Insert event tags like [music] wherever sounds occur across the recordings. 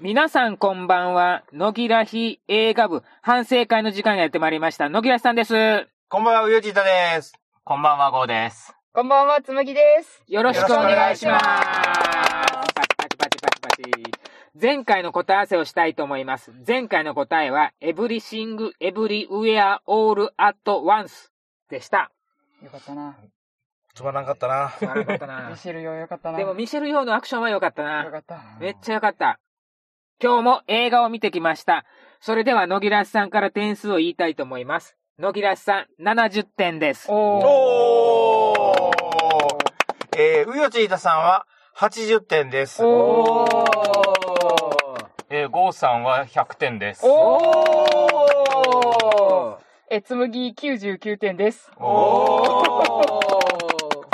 皆さんこんばんは。野木らひ映画部反省会の時間がやってまいりました。野木らひさんです。こんばんは、うよじいたです。こんばんは、ゴーです。こんばんは、つむぎです。よろしくお願いします。よろしパチパチパチパチパチ。前回の答え合わせをしたいと思います。前回の答えは、everything, everywhere, all at once でした。よかったな。つまらんかったな。悪かったなミ。シェルよ、よかったな。 [laughs] でも、よミシェル・ヨーのアクションは良かったな。かった。めっちゃ良かった。今日も映画を見てきました。それでは、野木らしさんから点数を言いたいと思います。野木らしさん、70点です。おーえー、うよちいたさんは80点です。おーえー、ゴーさんは100点です。おーえ、つむぎ99点です。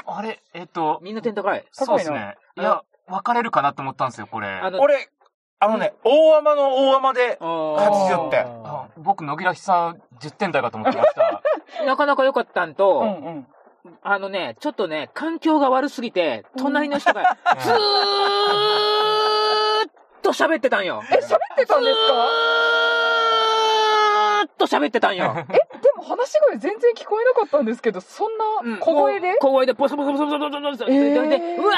あれえっと、みんな点高い。そうですね。い高いのや、分かれるかなと思ったんですよ、これ。あの俺、あのね、大雨の大雨で、 80点あ僕、野木らひさん10点台かと思ってま [laughs] した。なかなか良かったんうと、んうん。あのね、ちょっとね、環境が悪すぎて、隣の人がずーっと喋ってたんよ。え、喋ってたんですかずーっと喋ってたんよ。でも話し声全然聞こえなかったんですけど、そんうんな小声で小声で、ポソポソポソポソポソって、えーで、うわ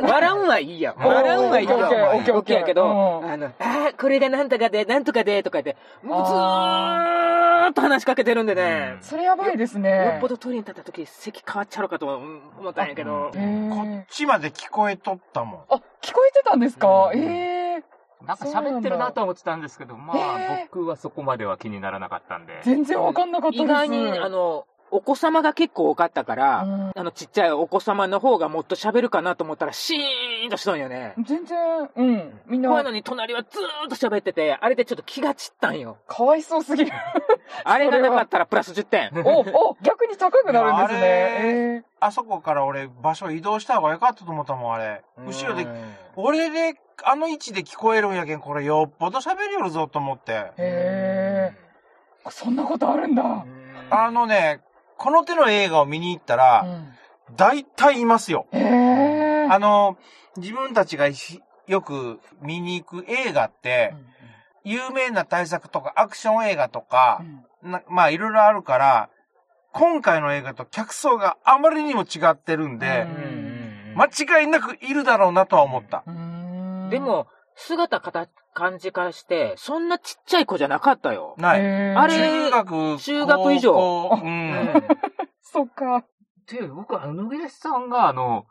ー笑うんはいいや。笑うんはいいや。オッケーオッケーオオッケッケーーやけど、うんあの、あーこれがなんとかで、なんとかで、とか言って、もうずーっと話しかけてるんでね。それやばいですね。よっぽどトイレに立った時、席変わっちゃうかとはうん思ったんやけどうへ。こーっちまで聞こえとったもん。あ、聞こえてたんですかうんえーなんか喋ってるなとは思ってたんですけど、まあ、へー僕はそこまでは気にならなかったんで。全然わかんなかったです。意外に、あの、お子様が結構多かったから、うんあの、ちっちゃいお子様の方がもっと喋るかなと思ったら、シーンとしとんよね。全然、うん。みんこういうのな、に隣はずーっと喋ってて、あれでちょっと気が散ったんよ。かわいそうすぎる。あれがなかったらプラス10点。お、お、逆に高くなるんですね。えあそこから俺、場所移動した方が良かったと思ったもん、あれ。後ろで、俺で、あの位置で聞こえるんやけん、これよっぽど喋りよるぞと思って。ー、へー。そんなことあるんだ。あのね、この手の映画を見に行ったら、大体いますよ。へえ。あの、自分たちがひよく見に行く映画って、有名な大作とかアクション映画とか、なまあいろいろあるから、今回の映画と客層があまりにも違ってるんで、ま、間違いなくいるだろうなとは思った。うんで、も、姿形、感じからして、そんなちっちゃい子じゃなかったよ。ない。へーあれ中学、中学以上高 [laughs] 校う。うんんそっか。で、僕、あの、野木らひさんが、あの、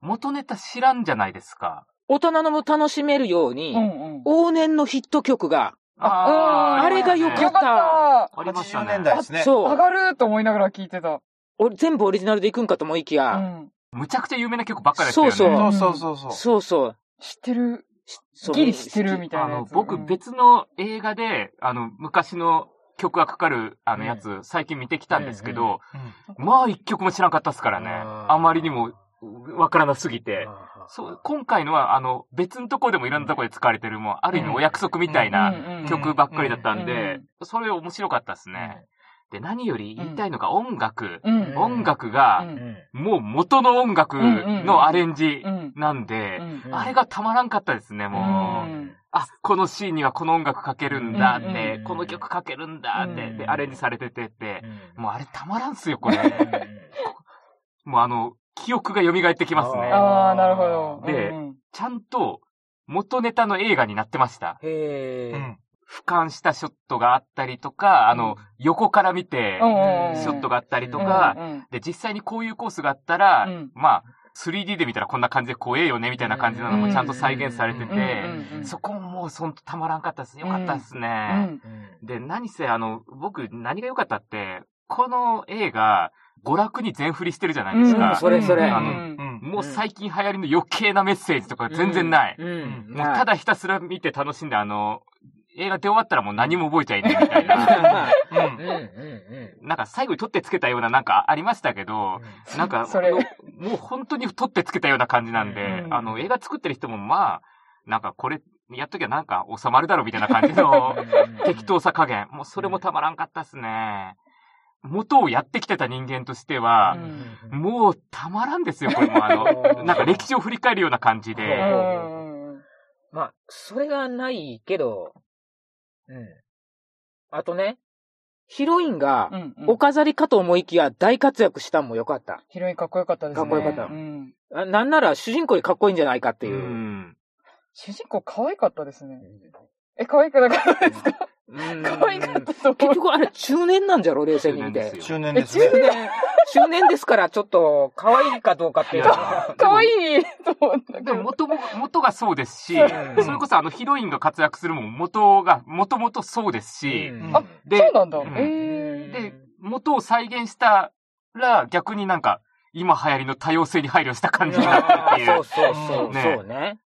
元ネタ知らんじゃないですか。大人のも楽しめるように、んうん。往年のヒット曲が、ああれが良かよっかった。ありました80ね。年代ですね。そ上うがると思いながら聞いてた。お全部オリジナルでいくんかと思いきうや、ん。むちゃくちゃ有名な曲ばっかりでしたよね。そうそそうそうそうそう。そうそう知ってる。そう。ギリ知ってるみたいあなやの、つ。僕うん、別の映画で、あの、昔の曲がかかる、あの、やつ、最近見てきたんですけど、まあ、一曲も知らんかったっすからね。あーあまりにも、わからなすぎて。そう、今回のは、あの、別のとこでもいろんなとこで使われてる、もう、ある意味お約束みたいなうんうん曲ばっかりだったんうんうでん、それ面白かったですね。で、何より言いたいのが音楽。うん。音楽が、もう元の音楽のアレンジうん。なんうで、ん。あれがたまらんかったですね、もう。うんあ、このシーンにはこの音楽かけるんだって、うんうんこの曲かけるんだって、うんで、アレンジされててって、もうあれたまらんっすよ、これ。 [laughs] もうあの、記憶が蘇ってきますね。ああ、なるほど。でうんうんちゃんと、元ネタの映画になってました。へうーん。俯瞰したショットがあったりとか、あの、横から見てう、んうんうんショットがあったりととか、うんうんで、実際にこういうコースがあったら、うんまあ、3D で見たらこんな感じで怖えよね、みたいな感じなのもちゃんと再現されてうんて、うんうんそこももうそんとたまらんかったですね。よかったですうね。ん。で、何せあの、僕何が良かったって、この映画、娯楽に全振りしてるじゃないですうんか。それそれうんあうのん。うん。もう最近流行りの余計なメッセージとか全然ない。うんうんもうただ、だひたすら見て楽しんで、あの、映画出終わったらもう何も覚えちゃいないみたいな。 [laughs] うんうんうんうなんか最後に取ってつけたようななんかありましたけど、なんか、それもうもう本当に取ってつけたような感じなんで、うんあの、映画作ってる人もまあ、なんかこれ、やっときゃなんか収まるだろうみたいな感じの [laughs] 適当さ加減。もうそれもたまらんかったっすね。元をやってきてた人間としては、うん [laughs] もうたまらんですよ、これもあの、なんか歴史を振り返るような感じうで、んうんうんまあ、それがないけど、うん。あとね、ヒロインうが、んうんお飾りかと思いきや大活躍したんもよかった。ヒロインかっこよかったですかね。っこよかったうんあなんなら主人公よりかっこいいんじゃないかってういう。ん。主人公可愛かったですね。え、可愛くなかったですかうん可愛かったと思う。結局あれ中年なんじゃろ、冷静に見中て年。です中年え、です中中ね。年年、中年ですからちょっと可愛いかどうかっていうのは。可愛いと思ったけでも元ど。も、元がそうですし、うんそれこそあのヒロインが活躍するも元が、元々そうですし、うんあそでう、なんだ。うんええ。で、元を再現したら逆になんか、今流行りの多様性に配慮した感じになったっていそうう、そうそう、ねそうね。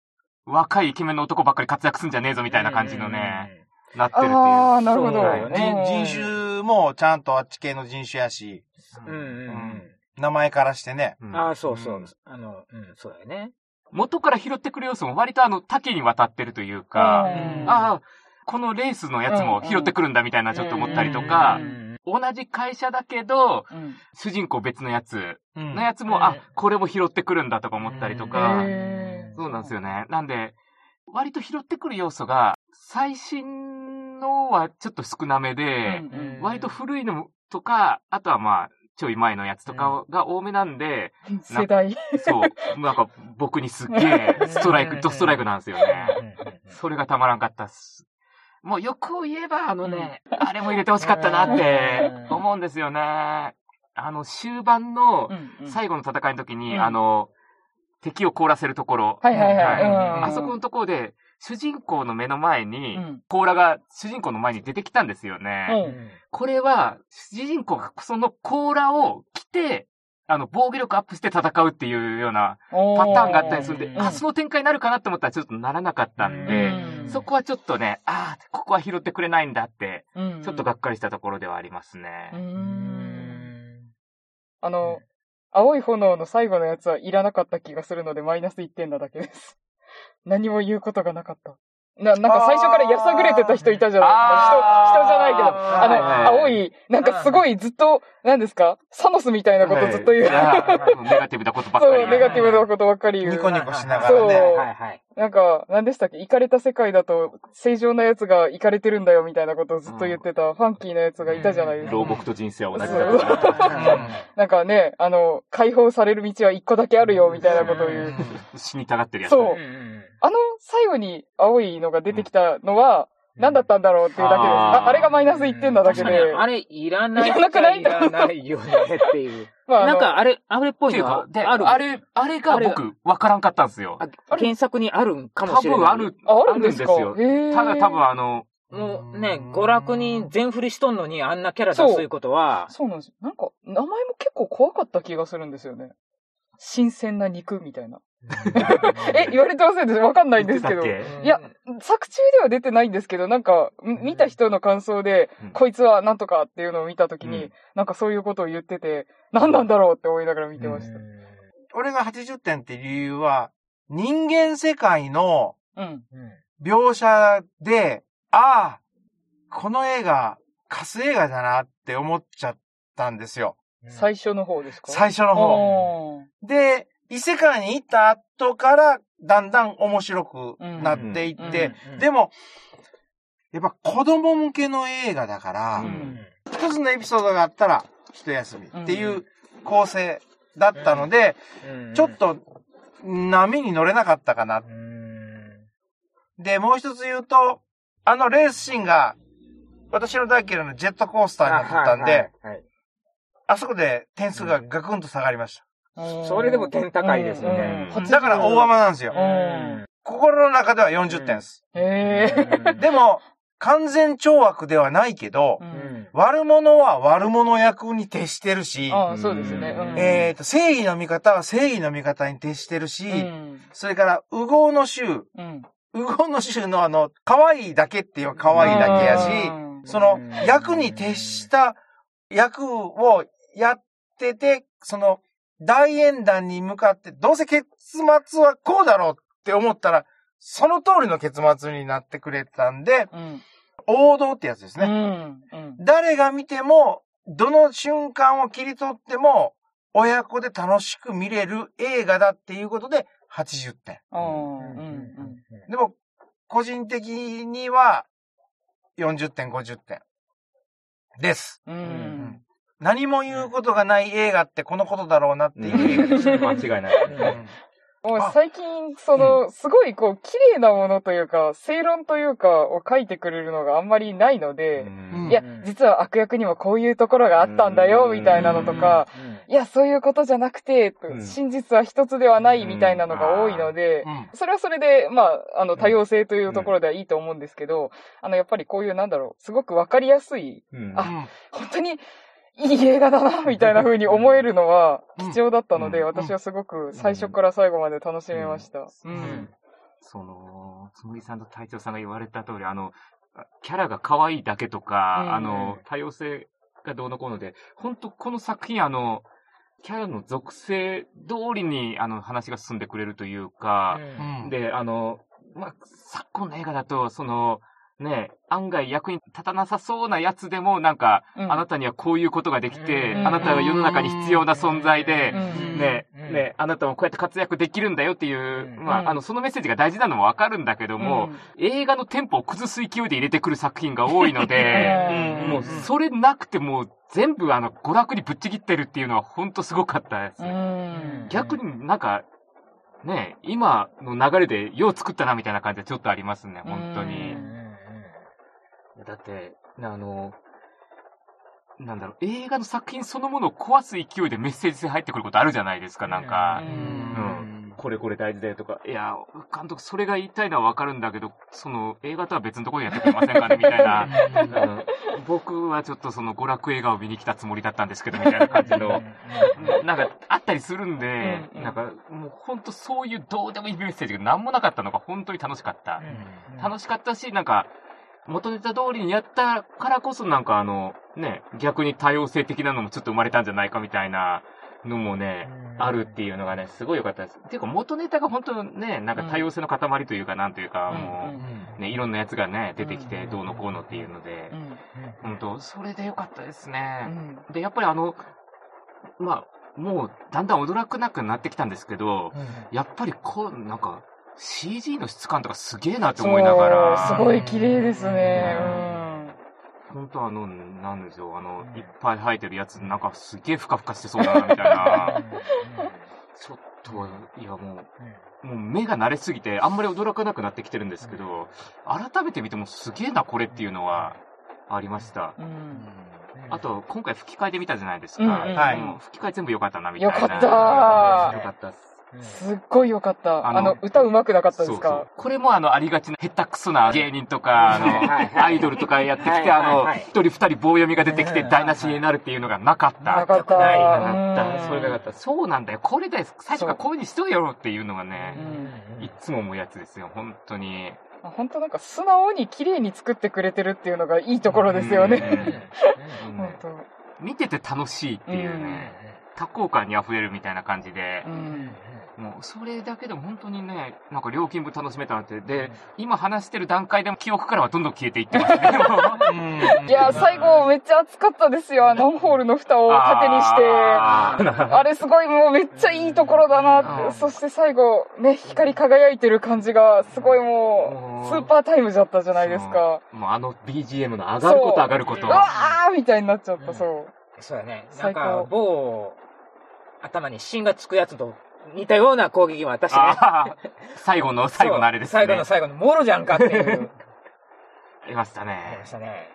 若いイケメンの男ばっかり活躍すんじゃねえぞみたいな感じのね、なってるっていう。ああ、なるほそど。うだよ人人種もちゃんとあっち系の人種やし、うん。うんうん名前からしてね。。ううんん。ああ、そうそううんあの、うん、そうだよね。元から拾ってくる要素も割とあの多岐にわたってるというか、うんああ、このレースのやつも拾ってくるんだみたいなちょっと思ったりとかう、ん同じ会社だけど、うんうん主人公別のやつうんのやつうんも、あ、これも拾ってくるんだとか思ったりとか、うんそうなんですよね。なんで、割と拾ってくる要素が、最新のはちょっと少なめで、うん割と古いのとか、あとはまあ、ちょい前のやつとかが多めなんで、うん世代。そう、なんか僕にすっげえストライク、ドストライクなんですよね。それがたまらんかったっす。もう欲を言えば、あのね、あれも入れてほしかったなって思うんですよね。あの、終盤の最後の戦いの時に、うんあの、敵を凍らせるところ、はいはいはい。はういんあそこのところで、主人公の目の前にう、ん甲羅が主人公の前に出てきたんですよね。うんこれは、主人公がその甲羅を着て、あの、防御力アップして戦うっていうようなおパターンがあったりするんで、うんあ、その展開になるかなって思ったらちょっとならなかったんで、うんそこはちょっとね、ああ、ここは拾ってくれないんだって、うんちょっとがっかりしたところではありますうね。ん。あうのん、青い炎の最後のやつはいらなかった気がするので、マイナス1点なだけです。 [laughs] 何も言うことがなかった。な、なんか最初からやさぐれてた人いたじゃないですか。人、人じゃないけど。あはいはいはの、青い、なんかすごいずっと、何ですかサノスみたいなことずっと言う。はいネガティブなことばっかり。 [laughs] そう、ネガティブなことばっかり言ニコう。ニコしながらそね。うはいはい。なんか、何でしたっけイカれた世界だと、正常なやつがイカれてるんだよみたいなことをずっと言ってた、ファンキーなやつがいたじゃないですか牢。獄と人生は同じそうだと。なんかね、あの、解放される道は一個だけあるよみたいなことを言う。死にたがってるやつ。そうあの、最後に青いのが出てきたのは、何だったんだろうっていうだけです。あーああれがマイナス1点なだけ確かでに。あれ、いらない。いらなくないいらないよねっていう。 [laughs] まああのなんか、あれ、あれっぽっいていうのかは、、で、ある。あれ、あれが僕、わからんかったんですよ。ああれ検索にあるんかも多しれない。分ある、あ、ああるるんんでですすかよ。ただ多分あの、もうね、娯楽に全振りしとんのにあんなキャラ出そうすいうことは、そうなんですよ。なんか、名前も結構怖かった気がするんですよね。新鮮な肉みたいな。 [laughs] え、言われてませんでしたわかんないんですけど。言ってうんいや、作中では出てないんですけど、なんか、ん見た人の感想で、うんこいつはなんとかっていうのを見たときに、うんなんかそういうことを言ってて、何なんだろうって思いながら見てました。俺が80点って理由は、人間世界のうん。描写で、ああ、この映画、カス映画だなって思っちゃったんですよ。最初の方ですか最初の方。方。で、異世界に行った後から、だんだん面白くなっていっうんて、うんでも、やっぱ子供向けの映画だから、うん一つのエピソードがあったら、一休みっていう構成だったので、ちょっ、と波に乗れなかったかな。うんで、もう一つ言うと、あのレースシーンが、私の大嫌いなジェットコースターになってたんで、あ,、、はいはいそこで点数がガクンと下がりましそれでも点高いですよねた。だから大雨。甘なんですよ。うん心の中では40点です。へえ。でも、完全懲悪ではないけど、ううんん悪者は悪者役に徹してるし、ああ、そうですね。うんえーと、正義の味方は正義の味方に徹してるし、うんそれから、右合の衆、うん。右合の衆のあの、可愛いだけっていう可愛いだけやし、しそのうん、役に徹した役をやってて、その、大演談に向かって、どうせ結末はこうだろうって思ったら、その通りの結末になってくれたんで、うん。王道ってやつですうね。ん。うん。誰が見ても、どの瞬間を切り取っても、親子で楽しく見れる映画だっていうことで80点。ああ、ううんん。でも、個人的には、40点、50点。です。う。うんん何も言うことがない映画ってこのことだろうなっていう映画でした。間違いない。うんもうあ最近、その、すごいこう、綺麗なものというか、正論というかを書いてくれるのがあんまりないので、うんいやうん、実は悪役にもこういうところがあったんだよ、みたいなのとか、いや、そういうことじゃなくて、ん真実は一つではないみたいなのが多いので、うんそれはそれで、まあ、あの、多様性というところではいいと思うんですけど、あの、やっぱりこういう、なんだろう、すごくわかりやすい、うんあ本当に、いい映画だな、みたいな風に思えるのはうん貴重だったのうで、ん私はすごく最初から最後まで楽しめました。ううんん。その、つむぎさんと隊長さんが言われた通り、あの、キャラが可愛いだけとか、うんあの、多様性がどうのこうので、本当この作品、あの、キャラの属性通りに、あの、話が進んでくれるというか、うんで、あの、まあ、昨今の映画だと、その、ね、案外役に立たなさそうなやつでも、なんか、うんあなたにはこういうことができて、うんあなたは世の中に必要な存在で、うんね、ね、あなたもこうやって活躍できるんだよっていう、まあ、あの、そのメッセージが大事なのもわかるんだけども、映画のテンポを崩す勢いで入れてくる作品が多いの [laughs] で、うんもう、それなくてもう全部あの、娯楽にぶっちぎってるっていうのはほんとすごかったですうね。ん。逆になんか、ね、今の流れでよう作ったなみたいな感じはちょっとありますね、本当にう。んだって、ねあの、なんだろう、映画の作品そのものを壊す勢いでメッセージ性入ってくることあるじゃないですか、なんか。うんこれこれ大事だよとか、いや、監督、それが言いたいのはわかるんだけど、その、映画とは別のところでやってくれませんかね、みたいな。うん僕はちょっとその、娯楽映画を見に来たつもりだったんですけど、みたいな感じの、なんか、あったりするんで、うんうんなんか、もう本当そういうどうでもいいメッセージが何もなかったのが本当に楽しかった。楽しかったし、なんか、元ネタ通りにやったからこそ、なんかあの、ね、逆に多様性的なのもちょっと生まれたんじゃないかみたいなのもね、あるっていうのがね、すごい良かったです。ていうか元ネタが本当ね、なんか多様性の塊というか、なんというか、うんもうんう、ね、いろんなやつがね、出てきうてんどうのこうのっていうのでう、ん。本当それで良かったですうね。ん。で、やっぱりあの、まあ、もう、だんだん驚くなくなってきたんですけど、やっぱりこう、なんか、CG の質感とかすげえなって思いながら。そうすごい綺麗ですね。本当あの、なんでしょう、あの、いっぱい生えてるやつ、なんかすげえふかふかしてそうだな、みたい [laughs] な。ちょっと、いやもう、もう目が慣れすぎて、あんまり驚かなくなってきてるんですけど、改めて見てもすげえな、これっていうのは、ありました。うん。うん。あと、今回吹き替えで見たじゃないですか。うんうんうんはいもう吹き替え全部良かったな、みたいな。良かった良かったっす。すっごい良かった。ああのの、歌うまくなかったですそうそかうこれもあの、ありがちな、下手くそな芸人とか、はあいの、アイドルとかやってきはいて、あのはい、一人二人棒読みが出てきてうん台無しになるっていうのがなかっなた。かった。ないなかっうた。んそれがなかった。そうなんだよ。これだよ。最初からこういうふうにしとけよっていうのがうね、んいっつも思うやつですよ。本当に。まあ本当なんか素直に綺麗に作ってくれてるっていうのがいいところですよね。うん本当。見てて楽しいっていうね、多幸感に溢れるみたいな感じでう、ん。もうそれだけでも本当にね、なんか料金分楽しめたなって。で、今話してる段階でも記憶からはどんどん消えていってますね。もういや、最後めっちゃ熱かったですよ。あのマンホールの蓋を縦にして。あーあれすごいもうめっちゃいいところだなうっんて。そして最後、ね、光り輝いてる感じが、すごいうんもう、スーパータイムじゃったじゃないですか。もうあの BGM の上がること上がることうそうわーみたいになっちゃっうんた、そう。そうだね。なん最高か、某、頭に芯がつくやつと似たような攻撃もあったしね。あー最後の最後のあれですそね。う最後の最後の、もろじゃんかっていう。 [laughs] ありましたありまねし。たね。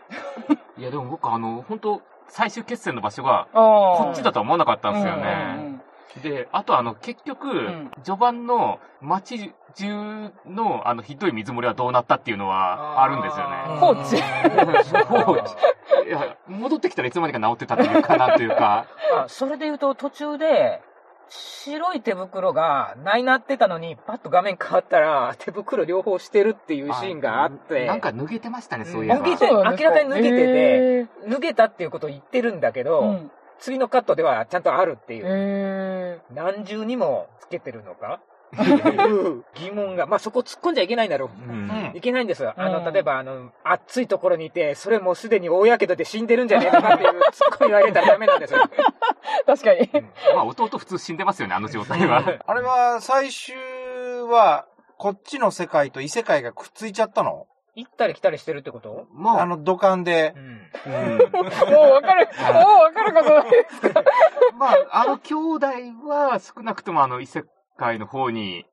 いやでも僕あの、本当最終決戦の場所が、あーこっちだとは思わなかったんですようんうんね。うんで、あとあの、結局、ん序盤の街中のあの、ひどい水漏れはどうなったっていうのはあるんですよね。放置放放置置。いや、戻ってきたらいつの間にか治ってたというかなんというか。あそれで言うと、途中で、白い手袋がないなってたのに、パッと画面変わったら、手袋両方してるっていうシーンがあって、なんか脱げてましたね、そういえば。抜けてそうなんです明らかに抜けててへー脱げたっていうことを言ってるんだけど、うん次のカットではちゃんとあるっていう。へー何重にもつけてるの [laughs] かっていう疑問が。まあ、そこ突っ込んじゃいけないんだろう。うんいけないんですよ。あうの、ん例えば、あの、暑いところにいて、それもうすでに大やけどで死んでるんじゃねえのかって [laughs] いうツッコミを入れたらダメなんですよ。 [laughs] 確かに。まあ、弟普通死んでますよね、あの状態は。あれは、最終は、こっちの世界と異世界がくっついちゃったの行ったり来たりしてるってこともう、あの土管でう。ん。うんもうわかる、もうわかることないですか。まあ、あの兄弟は少なくともあの異世界の方に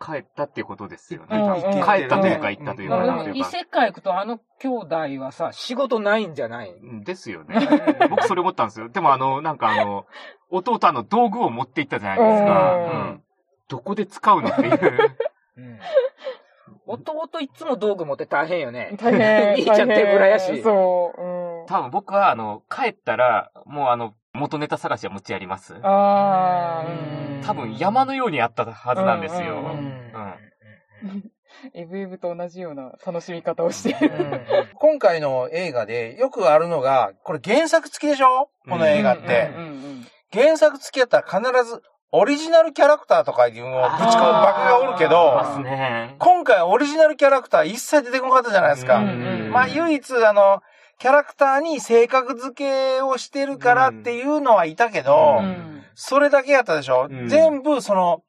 帰ったっていうことですよね。うん多分うん帰ったというか行ったというまか、あなんでともい異うか。世界行くとあの兄弟はさ、仕事ないんじゃないですよね。僕それ思ったんですよ。でもあの、なんかあの、弟あの道具を持って行ったじゃないですうんか。うんどこで使うのっていう。うん。弟いつも道具持って大変よね。大変。兄ちゃん大変手ぶらやしそう。うん。多分僕はあの、帰ったら、もうあの、元ネタ探しは持ちやります。あうんあ、多分山のようにあったはずなんですよ。ううんん。エブエブと同じような楽しみ方をしてうる。ん今回の映画でよくあるのが、これ原作付きでしょこの映画って。うん原作付きやったら必ずオリジナルキャラクターとかいうのをぶち込むバカがおるけまど、すね。今回オリジナルキャラクター一切出てこなかったじゃないですか。うんうんまあ唯一あの、キャラクターに性格付けをしてるからっていうのはいたけど、うんうんそれだけやったでしょ、うん全部その、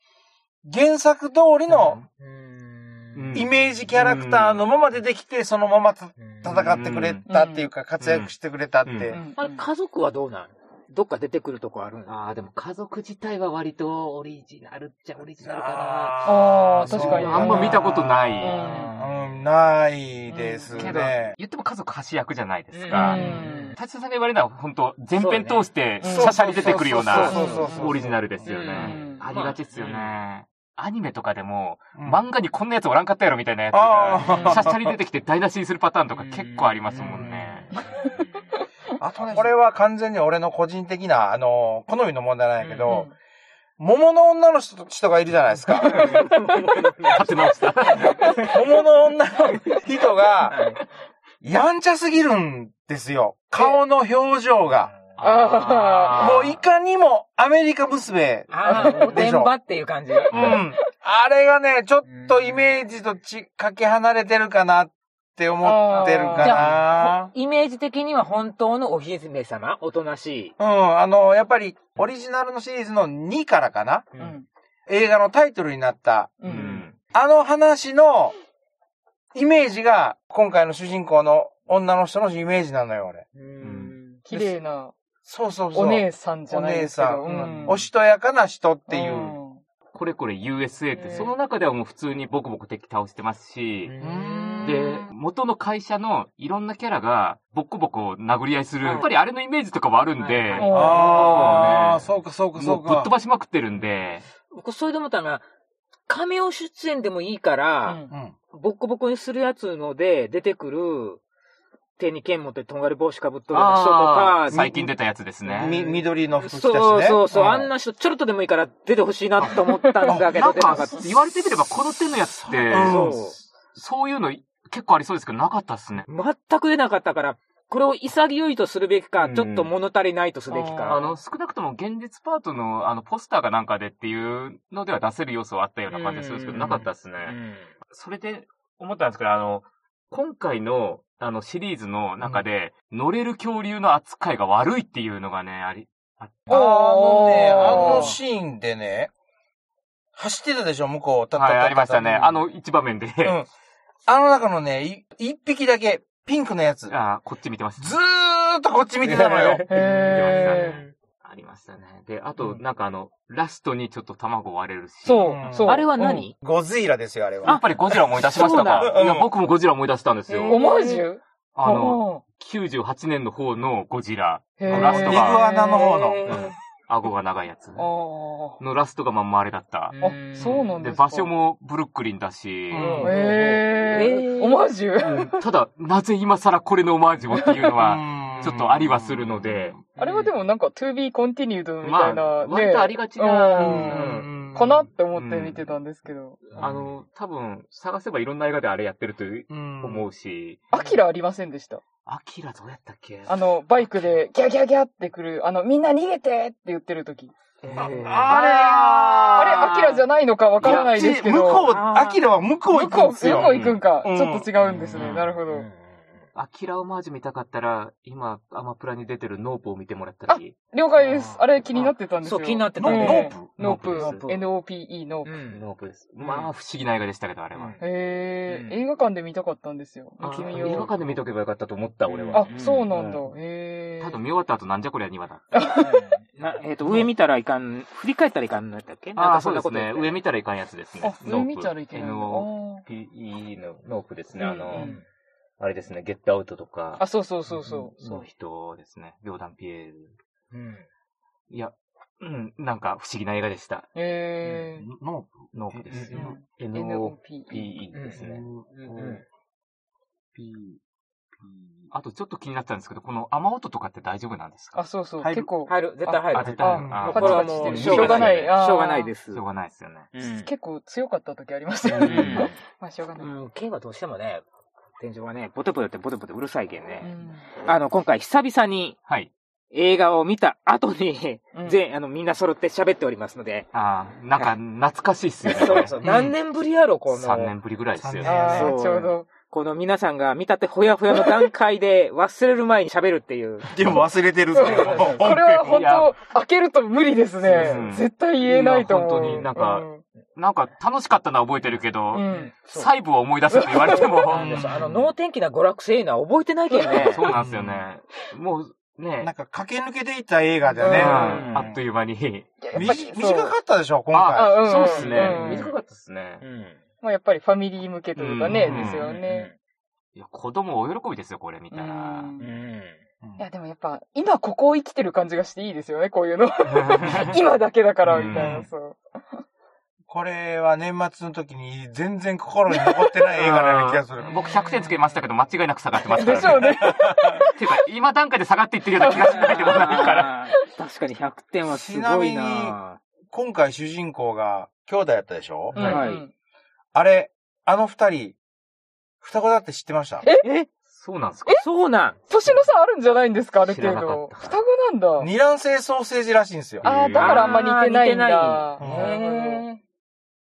原作通りのうんイメージキャラクターのまま出てきて、そのままた戦ってくれたっていうか、活躍してくれたって。うんうんあれ、家族はどうなんどっか出てくるとこあるんああ、でも家族自体は割とオリジナルっちゃオリジナルかああーあ、な。確かに。あんま見たことなうい。うん、ないですけどね、。言っても家族橋役じゃないですあかう。達也さんが言われるのは本当全編通して、そうシねャシャに出てくるようなそうそうそうそうオリジナルですよねうん。ありがちですよね。アニメとかでも、うん漫画にこんなやつおらんかったやろみたいなやつが、あシャシャに出てきて台無しにするパターンとか結構ありますもんね。あとね、これは完全に俺の個人的な、あの、好みの問題なんやけうどん、桃の女の人人がいるじゃないです [laughs] か。立て直した。桃の女の人が、やんちゃすぎるんですよ。顔の表情が。あもういかにもアメリカ娘。ああ、おでてしんょばっていう感じ。うん。あれがね、ちょっとイメージとち、かけ離れてるかなって思ってるじゃかイメージ的には本当のお姫様おとなしい。な。うん、あの、やっぱり、オリジナルのシリーズの2からかなうう。ん映画のタイトルになった、ううんんあの話のイメージが、今回の主人公の女の人のイメージなのよ、俺。うん綺麗なそうそうそう。お姉さんじゃおないで姉すけどさん。うんおしとやかな人っていう。うんこれこれ USA って、うんその中ではもう普通にボコボコ敵倒してますし、んで、元の会社のいろんなキャラがボッコボコ殴り合いする、はいやっぱりあれのイメージとかもあるんで、はいはいああ、そそうかそうかそもううぶっか。飛ばしまくってるんで、僕、それで思ったのが、仮面を出演でもいいかうら、んうんボッコボコにするやつので出てくる、手に剣持ってとんがり帽子かぶっとるような人とあかー、最近出たやつですね。み、緑の服着たしね。そうそうそう、んあん。な人ちょろっとでもいいから出てほしいなと思ったんだけなど、ん出なかかった。、言われてみればこの手のやつって、うんそう。そういうの結構ありそうですけど、なかったっすね。全く出なかったから、これを潔いとするべきか、うんちょっと物足りないとすべきあか。の、少なくとも現実パートの、あの、ポスターかなんかでっていうのでは出せる要素はあったような感じがするんですけうんど、なかったっすね。うんそれで思ったんですけど、あの、今回の、あの、シリーズの中で、乗れる恐竜の扱いが悪いっていうのがね、あり、あっあのね、おーあのシーンでね、走ってたでしょ、向こう。たた、ったはい、たありましたね。たあの、一場面で。うん。あの中のね、い一匹だけ、ピンクのやつ。 [laughs] あーこっち見てました。ずーっとこっち見てたのよ。へへありましたね。で、あと、なんかあの、ラストにちょっと卵割れるし。そうう、んそう。あれは何、ゴズイラですよ、あれやはっ。ぱりゴジラ思い出しましたそうなか。んいや、僕もゴジラ思い出したんですうんオよ。マージュあの、の、 98年の方のゴジラ、へーラストがイグアナの方のへー顎が長いやつあーのラストがまんまあれだった。あ、そうなんで、ですか。場所。もブルックリンだし、うんへええーー。オマージュただ、なぜ今更これのオマージュをっていうのは、はちょっとありはするので、あれはでもなんか to be continued みまたいあ、な、割とありがちな、ううんんかなって思って見てたんですけど。あの、多分、探せばいろんな映画であれやってると思思うし、アキラありませんでした。アキラどうやったっけあの、バイクでギャギャギャってくる、あの、みんな逃げてって言ってる時。えあーあれあれ、アキラじゃなないのかわからないですけど。向こう、あーアキラは向こう向行くんこですう、向よ。こう行くんか。うんちょっと違うんですね。なるほど。うんアキラオマージュ見たかったら、今、アマプラに出てるノープを見てもらったらいい。了解です。あれ気になってたんですそよ。う、気になってたノんねで。ノープノープ。ーノプ NOPE ノーうプ。ん。ノープです。まあ、不思議な映画でしたけど、あれは。へえ、うん映画館で見たかったんですよあ。君映画を。館で見とけばよかったと思った、俺は。あ、そうなんだう。へえ。多分見終わった後、なんじゃこりゃ、庭だ。なえっ、と、上見たらいかん、振り返ったらいかんのやったっけなんあかあ、そそうんでなすことね。上見たらいかんやつですねあ。、上見たらいけないんだ。 NOPE のノープですね。うんあの、うんあれですね、ゲットアウトとあーあ、か、そうそうそうそう。そのう人ですね。ビョーダンピエール。うん。いや、うん、なんか不思議な映画でした。へノノープですえ。う。うん NOPE NOPE。でーすプ。ね。うん。 P、あとちょっと気になってたんですけど、この雨音とかって大丈夫なんですあ、かそうそう。入る結構、入る、絶対入る。あ、絶対入る。ああこれはもパう、チパチししてるょうがない。しょうがないしょうがないです。しょうがないですよね。うん結構強かった時ありましたようね。ん [laughs] まあ、しょうがない。うん、K はどうしてもね、天井はね、ポテポテってポテポテうるさいけんうね。んあの、今回久々にはい。映画を見た後に、うん全、あの、みんな揃って喋っておりますので。ああ、なんか懐かしいっすよね。 [laughs] そうそう。何年ぶりやろ、こ3の、年ぶりぐらいですよ三年ね。あそあ、うちょうど。この皆さんが見たてほやほやの段階で忘れる前に喋るっていう。でも忘れてる。そうこれは本いや当、開けると無理ですうんね。絶対言えないと思う。いや本当になんかうんなんか楽しかったのは覚えてるけど、うん。そう細部を思い出すって言われてなもん、ですあの、能天気な娯楽性のは覚えてないけどね。そうなんですよね。もう、ねなんか駆け抜けていった映画だね、ね。あっという間に。やっみぱりじそう短かったでしょ、今回。うんそうですねう。ん短かったですねう。ん。まあ、やっぱりファミリー向けというかね、うんですよね。いや、子供大喜びですよ、これ見う。たら。うんいん。や、でもやっぱ、今ここを生きてる感じがしていいですよね、こういうの。 [laughs] 今だけだから、みたいうんな、そう。これは年末の時に全然心に残ってない映画のような気がする。 [laughs] 僕100点つけましたけど、間違いなく下がってますかでらしょうね。ね。 [laughs] っていうか、今段階で下がっていってるような気がしないでもないから。確かに100点はすごいな今回主人公が兄弟やったでしょ、うんはいうんあれ、あの二人、双子だって知ってましたえそうなんですかそうなん年の差あるんじゃないんですか、ある程知らなかっ度。た双子なんだ。二卵性ソーセージらしいんですよ。ああ、だからあんま似てないんだあ。ー似てないなるほ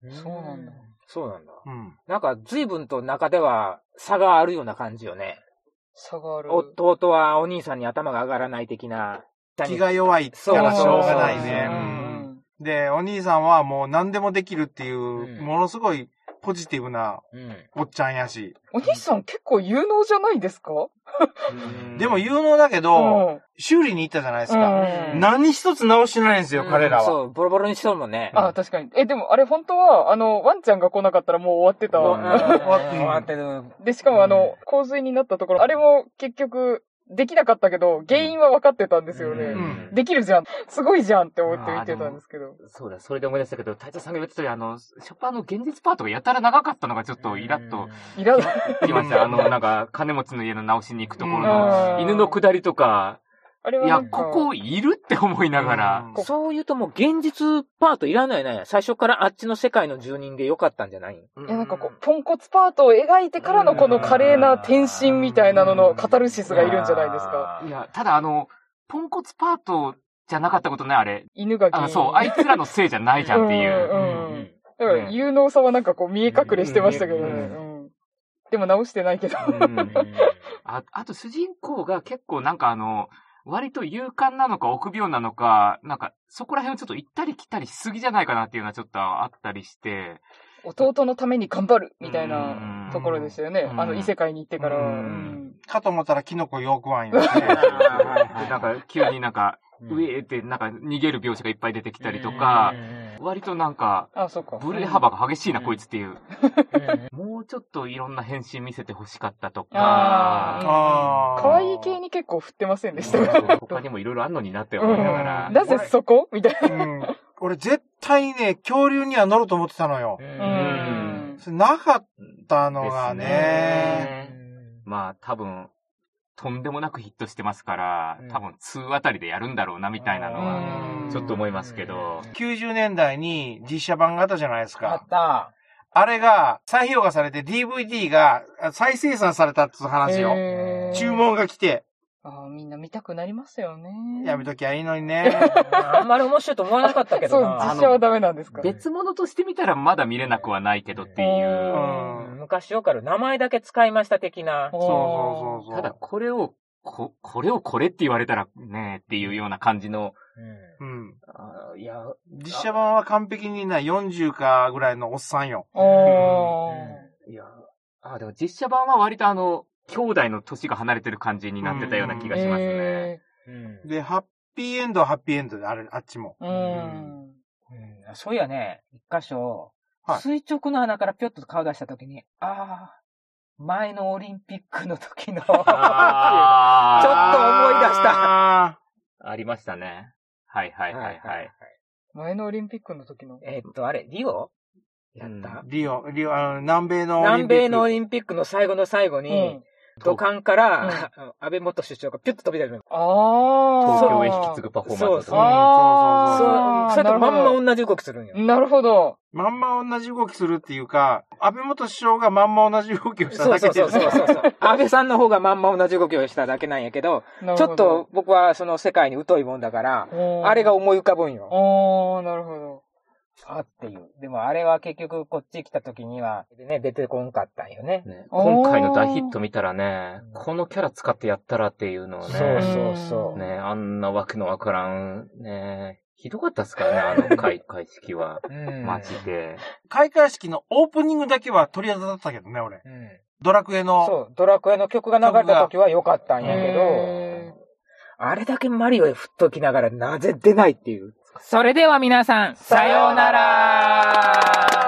どへそうなんだ。そうなんだ。うん。なんか、随分と中では差があるような感じよね。差がある。弟はお兄さんに頭が上がらない的な。気が弱いからしょうがないねう。うんんで、お兄さんはもう何でもできるっていう、うんものすごいポジティブなうん。おっちゃんやし。お兄さん結構有能じゃないですかでも有能だけど、うん修理に行ったじゃないですか。うん何一つ直してないんですよ、彼らうんそは。う、ボロボロにしとるもんね。あ、確かに。え、でもあれ本当は、あの、ワンちゃんが来なかったらもう終わってた。うん終わっうん終わってる。で、しかもあの、洪水になったところ、あれも結局、できなかったけど、原因は分かってたんですよね。うんできるじゃん。すごいじゃんって思って見てたんですけど。そうだ、それで思い出したけど、隊長さんが言ってたように、あの、ショパンの現実パートがやたら長かったのがちょっとイラッといらない。きました。あの、なんか、金持ちの家の直しに行くところの、 [laughs] あー犬の下りとか、あれはいなや、んかここいるって思いながら、うんそう言うともう現実パートいらないな。最初からあっちの世界の住人でよかったんじゃないいや、なんかこう、ポンコツパートを描いてからのこの華麗な転身みたいなののカタルシスがいるんじゃないですか。いや、ただあの、ポンコツパートじゃなかったことね、あれ。犬が原あ因そう、あいつらのせいじゃないじゃんっていうう。んうんうん。だから、有能さはなんかこう見え隠れしてましたけどうね。うんん。でも直してないけど。うん [laughs] ああと、主人公が結構なんかあの、割と勇敢なのか臆病なのか、なんか、そこら辺をちょっと行ったり来たりしすぎじゃないかなっていうのはちょっとあったりして、 [laughs] 弟のために頑張るみたいうんなところでしたよね。うんあの異世界に行ってから。ううんんかと思ったらキノコよくわんよね。でなんか急になんか、うえーってなんか逃げる描写がいっぱい出てきたりとか、割となんか、あ、そうか。ブレ幅が激しいな、うんこいつっていう。もうちょっといろんな変身見せてほしかったとあか、あー可愛い系に結構振ってませんでした。そううそう他にもいろいろあんのになって思いながら。ん。 [laughs] なぜそこみたいうん俺絶対ね、恐竜には乗ると思ってたのよ。な。うん。それなかったのがですね。まあ多分、とんでもなくヒットしてますからうん、多分2あたりでやるんだろうなみたいなのは、うんちょっと思いますけど。 90年代に実写版があったじゃないですあかっ。た。あれが再評価されて DVD が再生産されたっていう話よ。へー注文が来て、ああ、みんな見たくなりますよね。やめときゃいいのにね。あんまり面白いと思わなかったけそう、ど実な。写はダメなんですかあの別物として見たらまだ見れなくはないけどっていう。うんうん昔よくある名前だけ使いました的な。そうそうそうそう。ただ、これを、こ、これをこれって言われたらね、っていうような感じの、うんうん。あいや、実写版は完璧にな、40かぐらいのおっさんよ。おおいや、あ、でも実写版は割とあの、兄弟の年が離れてる感じになってたような気ー。がしますね。えうんで、ハッピーエンドはハッピーエンドで、あれ、あっちも。ーううん。んそういやね、一箇所、はい垂直の穴からぴょっと顔出したときに、ああ、前のオリンピックの時の、はあちょっとー思い出したあありましたね。はいはいはいはい。。前のオリンピックの時の。 [laughs] えっと、あれ、リオやっうたー。リオ、リオ、あの、南米のオ南リンピック。米のオリンピックの最後の最後うに、。と土管から、 [laughs] 安倍元首相がピュッと飛び出るの。ああ。東京へ引き継ぐパフォーマンスとそうか。あーそう、それとまんなるほま同じ動きするんよ。なるほど。まんま同じ動きするっていうか、安倍元首相がまんま同じ動きをしたそうだそけうそうでそうそう。 [laughs] 安倍さんの方がまんま同じ動きをしただけなんやけど、なるちほょっどと、僕はその世界に疎いもんだから、おーあれが思い浮かぶんよ。おー、なるほど。あっていう。でもあれは結局こっち来た時には、でね、出てこんかったんよね。ねおー今回の大ヒット見たらね、このキャラ使ってやったらっていうのをそうね、そうそう。ね、あんなわけのわからん、ね、ひどかったっすからね、あ [laughs] の開会式は。うんマジで。 [laughs] 開会式のオープニングだけは取り当たったけどね、俺。うんドラクエの。そう、ドラクエの曲が流れた時は良かったんやけへど、あれだけマリオへ振っときながらなぜ出ないっていう。それでは皆さん、さようなら